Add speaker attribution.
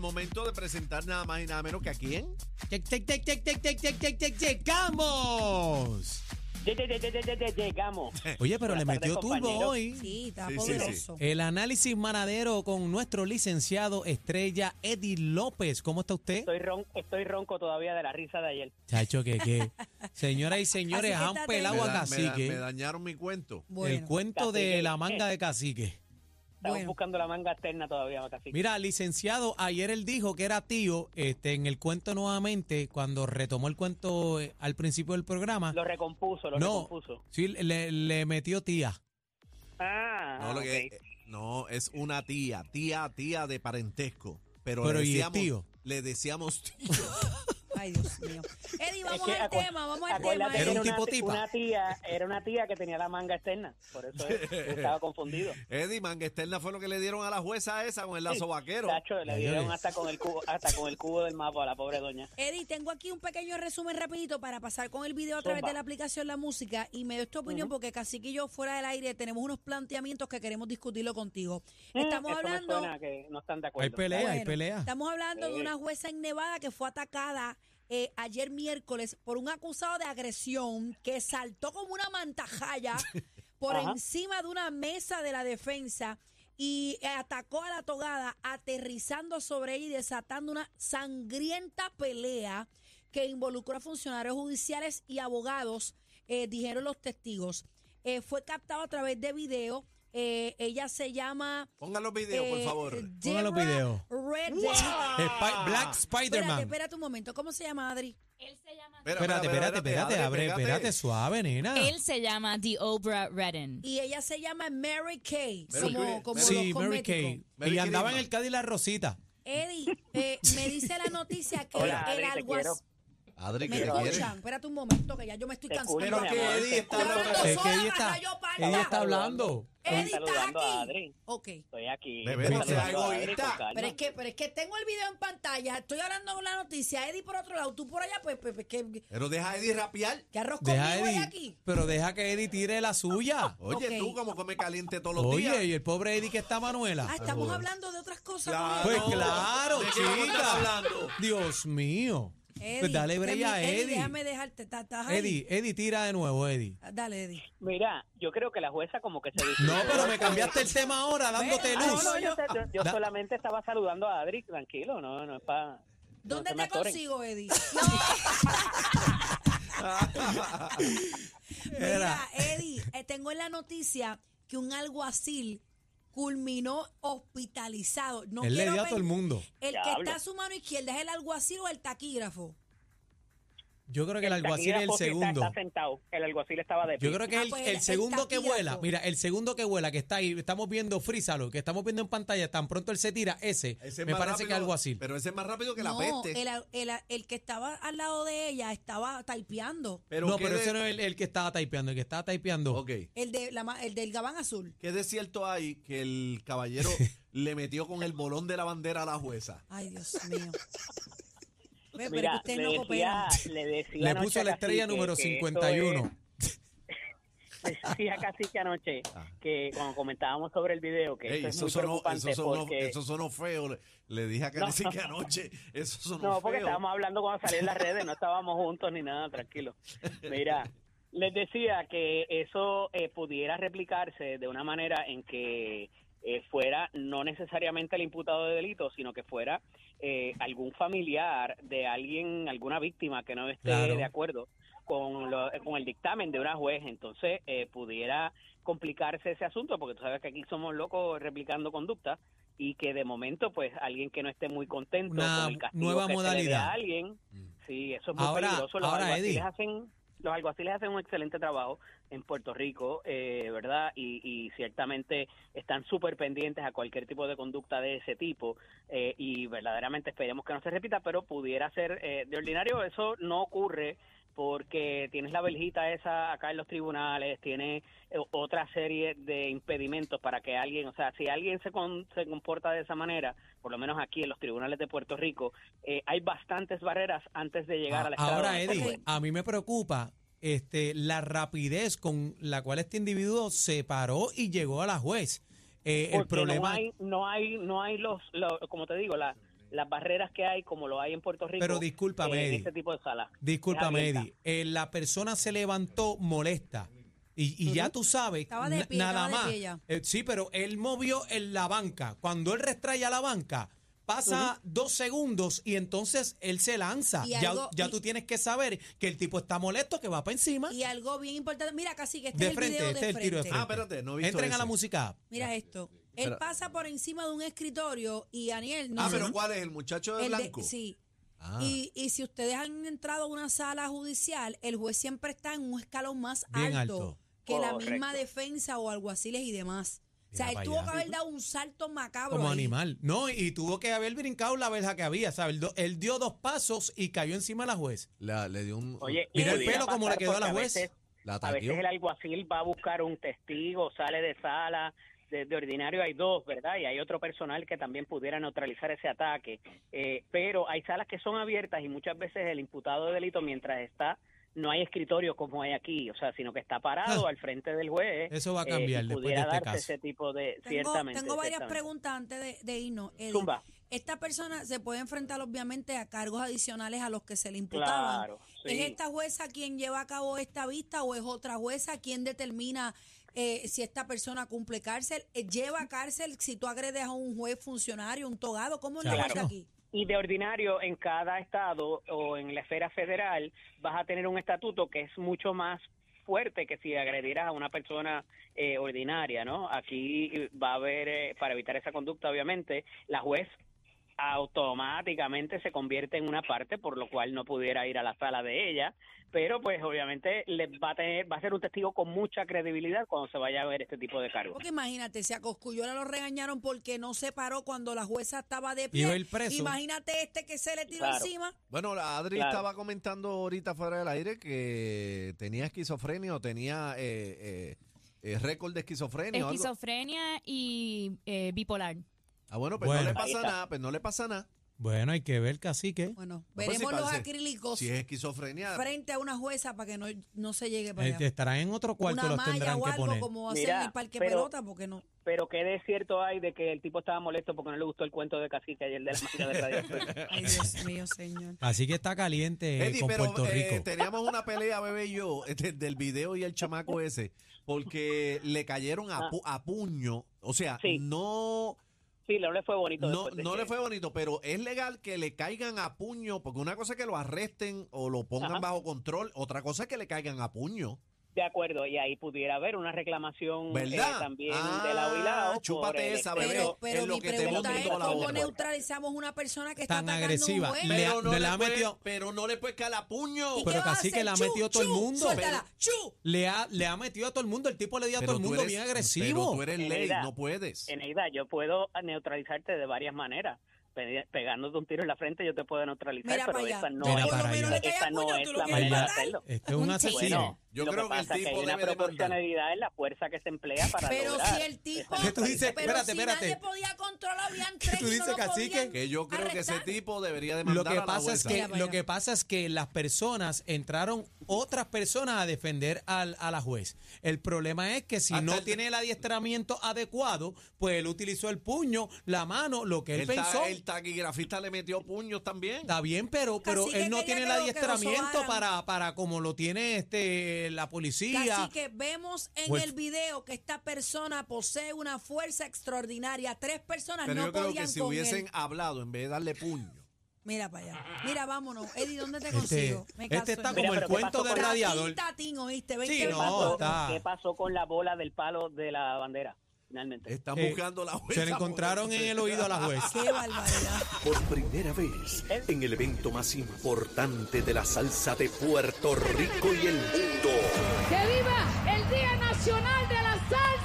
Speaker 1: momento de presentar nada más y nada menos que a quién.
Speaker 2: Check, check, check, check, check, check, check, check, check, llegamos.
Speaker 3: Ye- ye- ye- ye- ye- ye- Llegamos.
Speaker 2: Oye, pero
Speaker 3: Buenas
Speaker 2: le metió
Speaker 3: tardes,
Speaker 2: turbo
Speaker 3: compañero.
Speaker 2: hoy.
Speaker 4: Sí, está
Speaker 1: Sí, sí,
Speaker 4: poderoso.
Speaker 2: El análisis manadero con nuestro licenciado estrella Eddie López. ¿Cómo está usted?
Speaker 3: Estoy, ron- estoy ronco todavía de la risa de ayer.
Speaker 2: Chacho, que qué. Señoras y señores,
Speaker 4: Así que
Speaker 2: han
Speaker 4: estate-
Speaker 2: pelado a
Speaker 1: Me da- me da-
Speaker 2: cacique.
Speaker 1: me dañaron mi cuento.
Speaker 2: el
Speaker 4: Bueno,
Speaker 2: cuento de
Speaker 3: Cacique. eh,
Speaker 2: la manga de cacique.
Speaker 3: Estamos
Speaker 4: Bueno.
Speaker 3: buscando la manga externa todavía, casi.
Speaker 2: Mira, licenciado, ayer él dijo que era tío este, en el cuento nuevamente, cuando retomó el cuento eh, al principio del programa.
Speaker 3: Lo recompuso, lo
Speaker 2: no,
Speaker 3: recompuso.
Speaker 2: sí, le, le metió tía.
Speaker 3: Ah,
Speaker 1: No, lo que-
Speaker 3: ok.
Speaker 1: no, es una tía, tía, tía de parentesco. Pero,
Speaker 2: Pero,
Speaker 1: le
Speaker 2: ¿y el
Speaker 1: decíamos
Speaker 2: tío?
Speaker 1: Le decíamos tío.
Speaker 4: ay Dios mío. Eddie, vamos
Speaker 3: que
Speaker 4: al
Speaker 3: acu-
Speaker 4: tema, vamos al tema.
Speaker 3: acuérdate
Speaker 2: Era
Speaker 3: que
Speaker 2: un
Speaker 4: Eddie.
Speaker 2: tipo
Speaker 3: una, ti-
Speaker 2: tipa.
Speaker 3: una tía, era una tía que tenía la manga externa. Por eso es- yo estaba confundido.
Speaker 1: Eddie Mangesterna fue lo que le dieron a la jueza esa con el lazo vaquero.
Speaker 3: Tacho,
Speaker 2: Ya
Speaker 3: le dieron
Speaker 2: lloré.
Speaker 3: hasta con el cubo, hasta con el cubo del mapa a la pobre doña.
Speaker 4: Eddie, tengo aquí un pequeño resumen rapidito para pasar con el video a través
Speaker 3: Zumba.
Speaker 4: de la aplicación La Música y me dio esta opinión porque casi que yo fuera del aire tenemos unos planteamientos que queremos discutirlo contigo.
Speaker 3: Mm,
Speaker 4: Estamos
Speaker 3: eso me
Speaker 4: hablando...
Speaker 3: suena que no están de acuerdo.
Speaker 2: Hay pelea. hay pelea.
Speaker 4: Estamos hablando de
Speaker 3: Sí.
Speaker 4: una jueza en Nevada que fue atacada eh, ayer miércoles por un acusado de agresión que saltó como una mantajaya por
Speaker 3: Ajá.
Speaker 4: encima de una mesa de la defensa y eh, atacó a la togada aterrizando sobre ella y desatando una sangrienta pelea que involucró a funcionarios judiciales y abogados, eh, dijeron los testigos. Eh, fue captado a través de video. Eh, ella se llama...
Speaker 1: Pongan los videos, por
Speaker 4: Eh,
Speaker 1: favor.
Speaker 2: Pongan los
Speaker 4: Deborah
Speaker 2: videos.
Speaker 4: Redden.
Speaker 1: Ah.
Speaker 2: Spi- Black
Speaker 4: Espérate,
Speaker 2: Spider-Man.
Speaker 4: espérate un momento. ¿Cómo se llama Adri?
Speaker 2: Espérate, espérate, espérate, abre, espérate, suave, nena.
Speaker 5: Él se llama Deobra Redden.
Speaker 4: Y ella se llama Mary Kay.
Speaker 1: Mary Kay.
Speaker 4: como, como
Speaker 2: Sí,
Speaker 4: los
Speaker 2: Mary Kay.
Speaker 4: cosméticos.
Speaker 1: Mary
Speaker 2: Y
Speaker 1: Kay
Speaker 2: andaba en
Speaker 1: Lindman.
Speaker 2: el Cádiz la Rosita.
Speaker 4: Eddie, eh, me dice la noticia que
Speaker 3: Hola,
Speaker 4: el
Speaker 3: Adri, te quiero.
Speaker 4: alguacil.
Speaker 1: Adri,
Speaker 4: Me
Speaker 1: ¿qué te quieres?
Speaker 4: escuchan, espérate un momento que ya yo me estoy
Speaker 3: Te
Speaker 4: cansando.
Speaker 3: escucho, mi
Speaker 1: Pero que
Speaker 3: amor,
Speaker 1: Eddie
Speaker 3: te
Speaker 1: está
Speaker 3: escucho.
Speaker 4: hablando
Speaker 2: Es que
Speaker 4: sola,
Speaker 2: ella está,
Speaker 4: rayo pala.
Speaker 2: ella está hablando.
Speaker 4: Eddie,
Speaker 3: Está
Speaker 4: ¿estás
Speaker 3: saludando a
Speaker 4: aquí?
Speaker 3: Adri.
Speaker 4: Ok.
Speaker 3: Estoy aquí.
Speaker 1: Bebé,
Speaker 3: Estoy
Speaker 2: no seas
Speaker 3: saludando a Adri
Speaker 1: egoísta.
Speaker 3: con calma.
Speaker 4: Pero es que, pero es que tengo el video en pantalla, estoy hablando con la noticia, Eddie por otro lado, tú por allá, pues, pues, pues, que,
Speaker 1: Pero deja a Eddie rapear.
Speaker 4: que arroz conmigo
Speaker 2: Deja
Speaker 4: hay
Speaker 2: Eddie,
Speaker 4: aquí.
Speaker 2: pero deja que Eddie tire la suya.
Speaker 1: Oye,
Speaker 4: Ok.
Speaker 1: tú como come caliente todos los días.
Speaker 2: Oye, y el pobre Eddie que está Manuela.
Speaker 4: Ah, estamos hablando de otras cosas.
Speaker 1: Claro.
Speaker 4: ¿no?
Speaker 2: Pues claro,
Speaker 1: ¿De qué vamos a estar
Speaker 2: chica.
Speaker 1: hablando?
Speaker 2: Dios mío. Pues dale
Speaker 4: Eddie,
Speaker 2: brella a
Speaker 4: Eddie,
Speaker 2: Eddie.
Speaker 4: Déjame dejarte. ta- ¿Estás ahí?
Speaker 2: Eddie, Eddie, tira de nuevo, Eddie.
Speaker 4: Ah, Dale, Eddie.
Speaker 3: Mira, yo creo que la jueza como que se
Speaker 2: No,
Speaker 3: disfrutó.
Speaker 2: pero me cambiaste el tema ahora, dándote
Speaker 3: Ah,
Speaker 2: luz.
Speaker 3: no, yo, te- yo- yo
Speaker 2: Da-
Speaker 3: solamente estaba saludando a Adri, tranquilo, no, no es para...
Speaker 4: ¿Dónde te consigo, Eddie? Mira,
Speaker 2: Era.
Speaker 4: Eddie, eh, tengo en la noticia que un alguacil culminó hospitalizado. No
Speaker 2: Él le
Speaker 4: quiero
Speaker 2: dio a
Speaker 4: pen-
Speaker 2: todo el mundo.
Speaker 4: El que
Speaker 3: Diablo.
Speaker 4: está a su mano izquierda es el alguacil o el taquígrafo.
Speaker 2: Yo creo que el alguacil es el segundo.
Speaker 3: Está sentado, el alguacil estaba de pie.
Speaker 2: Yo creo que
Speaker 4: Ah,
Speaker 2: el,
Speaker 4: pues,
Speaker 2: el
Speaker 4: el
Speaker 2: segundo que
Speaker 4: taquígrafo.
Speaker 2: vuela, mira, el segundo que vuela que está ahí, estamos viendo, frízalo, que estamos viendo en pantalla, tan pronto él se tira, ese,
Speaker 1: Ese es
Speaker 2: me
Speaker 1: más
Speaker 2: parece que
Speaker 1: rápido-
Speaker 2: algo así.
Speaker 1: Pero ese es más rápido que la
Speaker 4: no,
Speaker 1: peste.
Speaker 4: el, el- el que estaba al lado de ella estaba taipeando.
Speaker 2: no,
Speaker 1: ¿qué
Speaker 2: pero
Speaker 1: de-
Speaker 2: ese no es el, el que estaba typeando, el que estaba typeando.
Speaker 1: Ok.
Speaker 4: El, de, la, ma- el del gabán azul.
Speaker 1: ¿Qué de cierto hay que el caballero le metió con el bolón de la bandera a la jueza?
Speaker 4: Ay, Dios mío. Ve, pero que
Speaker 3: Mira,
Speaker 4: ustedes
Speaker 3: le
Speaker 4: no
Speaker 3: decía,
Speaker 4: cooperan.
Speaker 3: le decía
Speaker 2: Le
Speaker 3: anoche
Speaker 2: puso
Speaker 3: a
Speaker 2: la estrella
Speaker 3: Cacique
Speaker 2: número
Speaker 3: que esto
Speaker 2: 51.
Speaker 3: es- le decía casi que anoche
Speaker 2: Ah.
Speaker 3: que cuando comentábamos sobre el video que
Speaker 1: Ey,
Speaker 3: eso es
Speaker 1: eso,
Speaker 3: muy
Speaker 1: sonó,
Speaker 3: preocupante
Speaker 1: eso, sonó,
Speaker 3: porque...
Speaker 1: eso sonó feo. Le, le dije a Caneci que anoche. Eso sonó
Speaker 3: No, porque
Speaker 1: feo.
Speaker 3: estábamos hablando cuando salí en las redes, no estábamos juntos ni nada, tranquilo. Mira, les decía que eso eh, pudiera replicarse de una manera en que eh, fuera no necesariamente el imputado de delito, sino que fuera eh, algún familiar de alguien, alguna víctima que no esté
Speaker 2: Claro.
Speaker 3: de acuerdo con, lo- con el dictamen de una juez. Entonces, eh, pudiera complicarse ese asunto, porque tú sabes que aquí somos locos replicando conductas y que de momento pues alguien que no esté muy contento
Speaker 2: Una
Speaker 3: con el castigo
Speaker 2: nueva
Speaker 3: que se le dé
Speaker 2: modalidad.
Speaker 3: a alguien
Speaker 1: Mm.
Speaker 3: sí eso es muy
Speaker 2: Ahora-
Speaker 3: peligroso los
Speaker 2: ahora,
Speaker 3: alguaciles
Speaker 2: Eddie.
Speaker 3: hacen los alguaciles hacen un excelente trabajo en Puerto Rico eh, verdad y, y ciertamente están súper pendientes a cualquier tipo de conducta de ese tipo eh, y verdaderamente esperemos que no se repita pero pudiera ser eh, de ordinario eso no ocurre porque tienes la verjita esa acá en los tribunales, tienes eh, otra serie de impedimentos para que alguien, o sea, si alguien se, con- se comporta de esa manera, por lo menos aquí en los tribunales de Puerto Rico, eh, hay bastantes barreras antes de llegar
Speaker 2: Ah,
Speaker 3: a la estrada
Speaker 2: Ahora,
Speaker 3: donde se
Speaker 2: Eddie,
Speaker 3: puede.
Speaker 2: a mí me preocupa este, la rapidez con la cual este individuo se paró y llegó a la juez. Eh, el
Speaker 3: Porque
Speaker 2: problema
Speaker 3: no hay, no hay, no hay los, los- como te digo, la, las barreras que hay como lo hay en Puerto Rico
Speaker 2: Pero discúlpame,
Speaker 3: eh, en
Speaker 2: Eddie.
Speaker 3: este tipo de salas.
Speaker 2: Discúlpame,
Speaker 3: Es abierta.
Speaker 2: Eddie. eh, la persona se levantó molesta. Y, y ya tú sabes,
Speaker 4: Estaba de
Speaker 2: na-
Speaker 4: pie,
Speaker 2: nada
Speaker 4: estaba de
Speaker 2: más.
Speaker 4: pie ya.
Speaker 2: Eh, sí, pero él movió en la banca. Cuando él restrae a la banca, pasa dos segundos y entonces él se lanza.
Speaker 4: Y
Speaker 2: Ya,
Speaker 4: algo-
Speaker 2: ya
Speaker 4: y-
Speaker 2: tú tienes que saber que el tipo está molesto, que va para encima.
Speaker 4: Y algo bien importante. Mira, casi que este
Speaker 2: de
Speaker 4: es el
Speaker 2: frente,
Speaker 4: video
Speaker 2: este
Speaker 4: de
Speaker 2: es el tiro de
Speaker 4: frente.
Speaker 2: frente. Ah,
Speaker 1: Ah, espérate, no he visto
Speaker 2: Entren a
Speaker 1: ese.
Speaker 2: la música.
Speaker 4: Mira esto. Él
Speaker 1: Pero-
Speaker 4: pasa por encima de un escritorio y Aniel no
Speaker 1: ah,
Speaker 4: sé,
Speaker 1: pero ¿cuál es? ¿El muchacho de
Speaker 4: el de-
Speaker 1: blanco?
Speaker 4: sí.
Speaker 1: Ah.
Speaker 4: Y, y si ustedes han entrado a una sala judicial, el juez siempre está en un escalón más
Speaker 2: Bien
Speaker 4: alto,
Speaker 2: alto.
Speaker 4: que la
Speaker 3: Correcto.
Speaker 4: misma defensa o alguaciles y demás. O sea,
Speaker 2: Mira pa'
Speaker 4: él tuvo
Speaker 2: allá.
Speaker 4: que haber dado un salto macabro.
Speaker 2: Como
Speaker 4: ahí.
Speaker 2: animal. No, y tuvo que haber brincado la verja que había, ¿sabes? Él do- Él dio dos pasos y cayó encima de la juez.
Speaker 1: La- le dio un...
Speaker 3: Oye, y
Speaker 2: Mira el
Speaker 3: pudiera
Speaker 2: pelo como le
Speaker 3: pasar
Speaker 2: quedó a la
Speaker 3: porque
Speaker 2: juez.
Speaker 3: veces-
Speaker 1: la
Speaker 3: A
Speaker 1: ataqueó.
Speaker 3: veces el alguacil va a buscar un testigo, sale de sala. De, de ordinario hay dos, ¿verdad? Y hay otro personal que también pudiera neutralizar ese ataque. Eh, pero hay salas que son abiertas y muchas veces el imputado de delito, mientras está, no hay escritorio como hay aquí, o sea, sino que está parado
Speaker 2: Ah.
Speaker 3: al frente del juez.
Speaker 2: Eso va a
Speaker 3: eh,
Speaker 2: cambiar
Speaker 3: y
Speaker 2: después
Speaker 3: pudiera
Speaker 2: de este
Speaker 3: darse
Speaker 2: caso.
Speaker 3: ese tipo de.
Speaker 4: Tengo,
Speaker 3: ciertamente.
Speaker 4: tengo varias
Speaker 3: ciertamente.
Speaker 4: preguntas antes de, de irnos. Eddie.
Speaker 3: Zumba.
Speaker 4: Esta persona se puede enfrentar obviamente a cargos adicionales a los que se le imputaban.
Speaker 3: Claro, sí.
Speaker 4: ¿Es esta jueza quien lleva a cabo esta vista o es otra jueza quien determina eh, si esta persona cumple cárcel? Eh, ¿Lleva a cárcel si tú agredes a un juez funcionario, un togado? ¿Cómo es la
Speaker 2: Claro.
Speaker 4: vuelta aquí?
Speaker 3: Y de ordinario, en cada estado o en la esfera federal, vas a tener un estatuto que es mucho más fuerte que si agredirás a una persona eh, ordinaria, ¿no? Aquí eh, va a haber, eh, para evitar esa conducta, obviamente, la juez automáticamente se convierte en una parte, por lo cual no pudiera ir a la sala de ella, pero pues obviamente le va a tener, va a ser un testigo con mucha credibilidad cuando se vaya a ver este tipo de cargos.
Speaker 4: Porque imagínate, si a Cosculluela lo regañaron porque no se paró cuando la jueza estaba de
Speaker 2: Iba
Speaker 4: pie.
Speaker 2: el preso.
Speaker 4: Imagínate este que se le tiró
Speaker 3: Claro.
Speaker 4: encima.
Speaker 1: Bueno, la Adri
Speaker 3: Claro.
Speaker 1: estaba comentando ahorita fuera del aire que tenía esquizofrenia o tenía eh, eh, eh, récord de esquizofrenia. o algo.
Speaker 5: Esquizofrenia y eh, bipolar.
Speaker 1: Ah, bueno, pues no
Speaker 2: Bueno.
Speaker 1: le
Speaker 3: Ahí
Speaker 1: pasa
Speaker 3: está.
Speaker 1: nada, pues no le pasa nada.
Speaker 2: Bueno, hay que ver, cacique.
Speaker 4: Bueno,
Speaker 1: pues,
Speaker 4: veremos
Speaker 1: si
Speaker 4: los
Speaker 1: parece-
Speaker 4: acrílicos
Speaker 1: Si es esquifrenia,
Speaker 4: frente a una jueza para que no, no se llegue para
Speaker 2: Eh,
Speaker 4: allá.
Speaker 2: Estarán en otro cuarto,
Speaker 4: una
Speaker 2: los tendrán
Speaker 4: malla o
Speaker 2: que
Speaker 4: algo
Speaker 2: poner.
Speaker 4: como hacen
Speaker 3: Mira,
Speaker 4: en el parque
Speaker 3: pero-
Speaker 4: pelota porque no
Speaker 3: Pero qué de cierto hay de que el tipo estaba molesto porque no le gustó el cuento de cacique ayer de la máquina de radio.
Speaker 4: ay Dios mío señor
Speaker 2: Así que está caliente eh,
Speaker 1: Eddie,
Speaker 2: con
Speaker 1: pero
Speaker 2: Puerto
Speaker 1: eh,
Speaker 2: Rico.
Speaker 1: teníamos una pelea, bebé y yo, este, del video y el chamaco ese, porque le cayeron a, pu- a puño. O sea,
Speaker 3: Ah. Sí.
Speaker 1: no,
Speaker 3: Sí, no le fue bonito.
Speaker 1: no,
Speaker 3: después de
Speaker 1: no
Speaker 3: que-
Speaker 1: le fue bonito, pero es legal que le caigan a puño, porque una cosa es que lo arresten o lo pongan
Speaker 3: Ajá.
Speaker 1: bajo control, otra cosa es que le caigan a puño.
Speaker 3: De acuerdo, y ahí pudiera haber una reclamación
Speaker 1: ¿Verdad?
Speaker 3: eh, también
Speaker 1: Ah,
Speaker 3: de lado y lado. por
Speaker 1: chúpate
Speaker 3: el
Speaker 1: esa,
Speaker 3: exceso.
Speaker 1: bebé.
Speaker 4: pero, pero
Speaker 1: es lo
Speaker 4: mi
Speaker 1: que te
Speaker 4: pregunta
Speaker 1: hemos
Speaker 4: es
Speaker 1: dicho la
Speaker 4: cómo
Speaker 1: otra.
Speaker 4: neutralizamos una persona que está
Speaker 2: Tan
Speaker 4: atacando
Speaker 2: agresiva.
Speaker 4: a un juez
Speaker 2: Le-
Speaker 1: Pero, no
Speaker 2: le
Speaker 1: le
Speaker 2: la
Speaker 1: puede-
Speaker 2: metió-
Speaker 1: pero no le puedes caer a
Speaker 4: ¿Y
Speaker 1: puño.
Speaker 4: qué
Speaker 2: Pero
Speaker 4: va a
Speaker 2: casi que
Speaker 4: hacer?
Speaker 2: la ha
Speaker 4: Chu,
Speaker 2: metido todo el
Speaker 4: chu,
Speaker 2: mundo.
Speaker 4: suéltala chu
Speaker 2: Le ha, le ha metido a todo el mundo, el tipo le dio a
Speaker 1: Pero
Speaker 2: todo el
Speaker 1: tú
Speaker 2: mundo
Speaker 1: eres-
Speaker 2: bien
Speaker 1: Pero
Speaker 2: agresivo.
Speaker 1: tú eres ley,
Speaker 3: Mira,
Speaker 1: no puedes.
Speaker 3: Eneida, yo puedo neutralizarte de varias maneras. Pe- Pegándote un tiro en la frente, yo te puedo neutralizar,
Speaker 4: Mira
Speaker 3: pero
Speaker 4: para allá.
Speaker 3: esa no
Speaker 2: Mira
Speaker 3: es,
Speaker 2: para allá.
Speaker 4: Por
Speaker 3: esa
Speaker 4: lo menos le cae a
Speaker 3: no
Speaker 4: puño,
Speaker 3: es
Speaker 4: tú lo
Speaker 3: la
Speaker 4: quieres
Speaker 3: manera de
Speaker 4: matar.
Speaker 3: hacerlo.
Speaker 2: Este es un
Speaker 4: Bueno,
Speaker 2: asesino.
Speaker 1: Yo
Speaker 3: lo
Speaker 1: creo
Speaker 3: que
Speaker 1: que el
Speaker 3: pasa es que
Speaker 1: tipo
Speaker 3: hay una
Speaker 1: debe demandar.
Speaker 3: proporcionalidad en la fuerza que se emplea para
Speaker 4: pero
Speaker 3: lograr
Speaker 4: si el tipo
Speaker 3: esa
Speaker 2: ¿Qué tú dices?
Speaker 4: pero
Speaker 2: Espérate,
Speaker 4: si
Speaker 2: espérate.
Speaker 4: nadie podía controlar habían tres
Speaker 2: tú
Speaker 4: y
Speaker 2: dices,
Speaker 4: no lo
Speaker 2: cacique?
Speaker 4: podían
Speaker 1: Que yo creo que ese
Speaker 4: arrestar.
Speaker 1: tipo debería demandar
Speaker 2: Lo que,
Speaker 1: a la
Speaker 2: pasa es
Speaker 1: jueza.
Speaker 2: que,
Speaker 4: Mira para
Speaker 2: lo
Speaker 4: allá.
Speaker 2: que pasa es que las personas entraron otras personas a defender al, a la juez. El problema es que si
Speaker 1: Hasta
Speaker 2: no
Speaker 1: el-
Speaker 2: tiene el adiestramiento adecuado, pues él utilizó el puño, la mano, lo que él,
Speaker 1: El, ta-
Speaker 2: pensó.
Speaker 1: el taquigrafista le metió puños también.
Speaker 2: Está bien, pero, pero
Speaker 4: Cacique
Speaker 2: él no
Speaker 4: quería
Speaker 2: tiene el
Speaker 4: que lo- que lo
Speaker 2: adiestramiento
Speaker 4: sobaran.
Speaker 2: para, para como lo tiene este la policía.
Speaker 4: Así que vemos en
Speaker 2: Pues-
Speaker 4: el video que esta persona posee una fuerza extraordinaria. Tres personas
Speaker 1: Pero
Speaker 4: Ah, no
Speaker 1: yo creo
Speaker 4: podían
Speaker 1: que si
Speaker 4: con
Speaker 1: hubiesen
Speaker 4: él.
Speaker 1: hablado en vez de darle puño.
Speaker 4: Mira para allá. Mira, vámonos. Eddie, ¿dónde te
Speaker 2: Este,
Speaker 4: consigo? Me
Speaker 2: este
Speaker 4: caso
Speaker 2: está
Speaker 4: en-
Speaker 2: como
Speaker 3: Mira,
Speaker 2: el
Speaker 3: pero ¿qué
Speaker 2: cuento
Speaker 3: pasó
Speaker 2: del
Speaker 3: con la
Speaker 2: radiador.
Speaker 4: Tatín, tatín, oíste,
Speaker 2: Sí,
Speaker 4: 20
Speaker 3: ¿Qué
Speaker 2: no,
Speaker 3: pasó-
Speaker 2: está.
Speaker 3: ¿Qué pasó con la bola del palo de la bandera, finalmente?
Speaker 1: Están
Speaker 2: Eh,
Speaker 1: buscando la jueza.
Speaker 2: Se le encontraron en el oído a la juez.
Speaker 4: Qué barbaridad.
Speaker 6: Por primera vez, en el evento más importante de la salsa de Puerto Rico y el mundo,
Speaker 7: ¡Que viva el Día Nacional de la Salsa!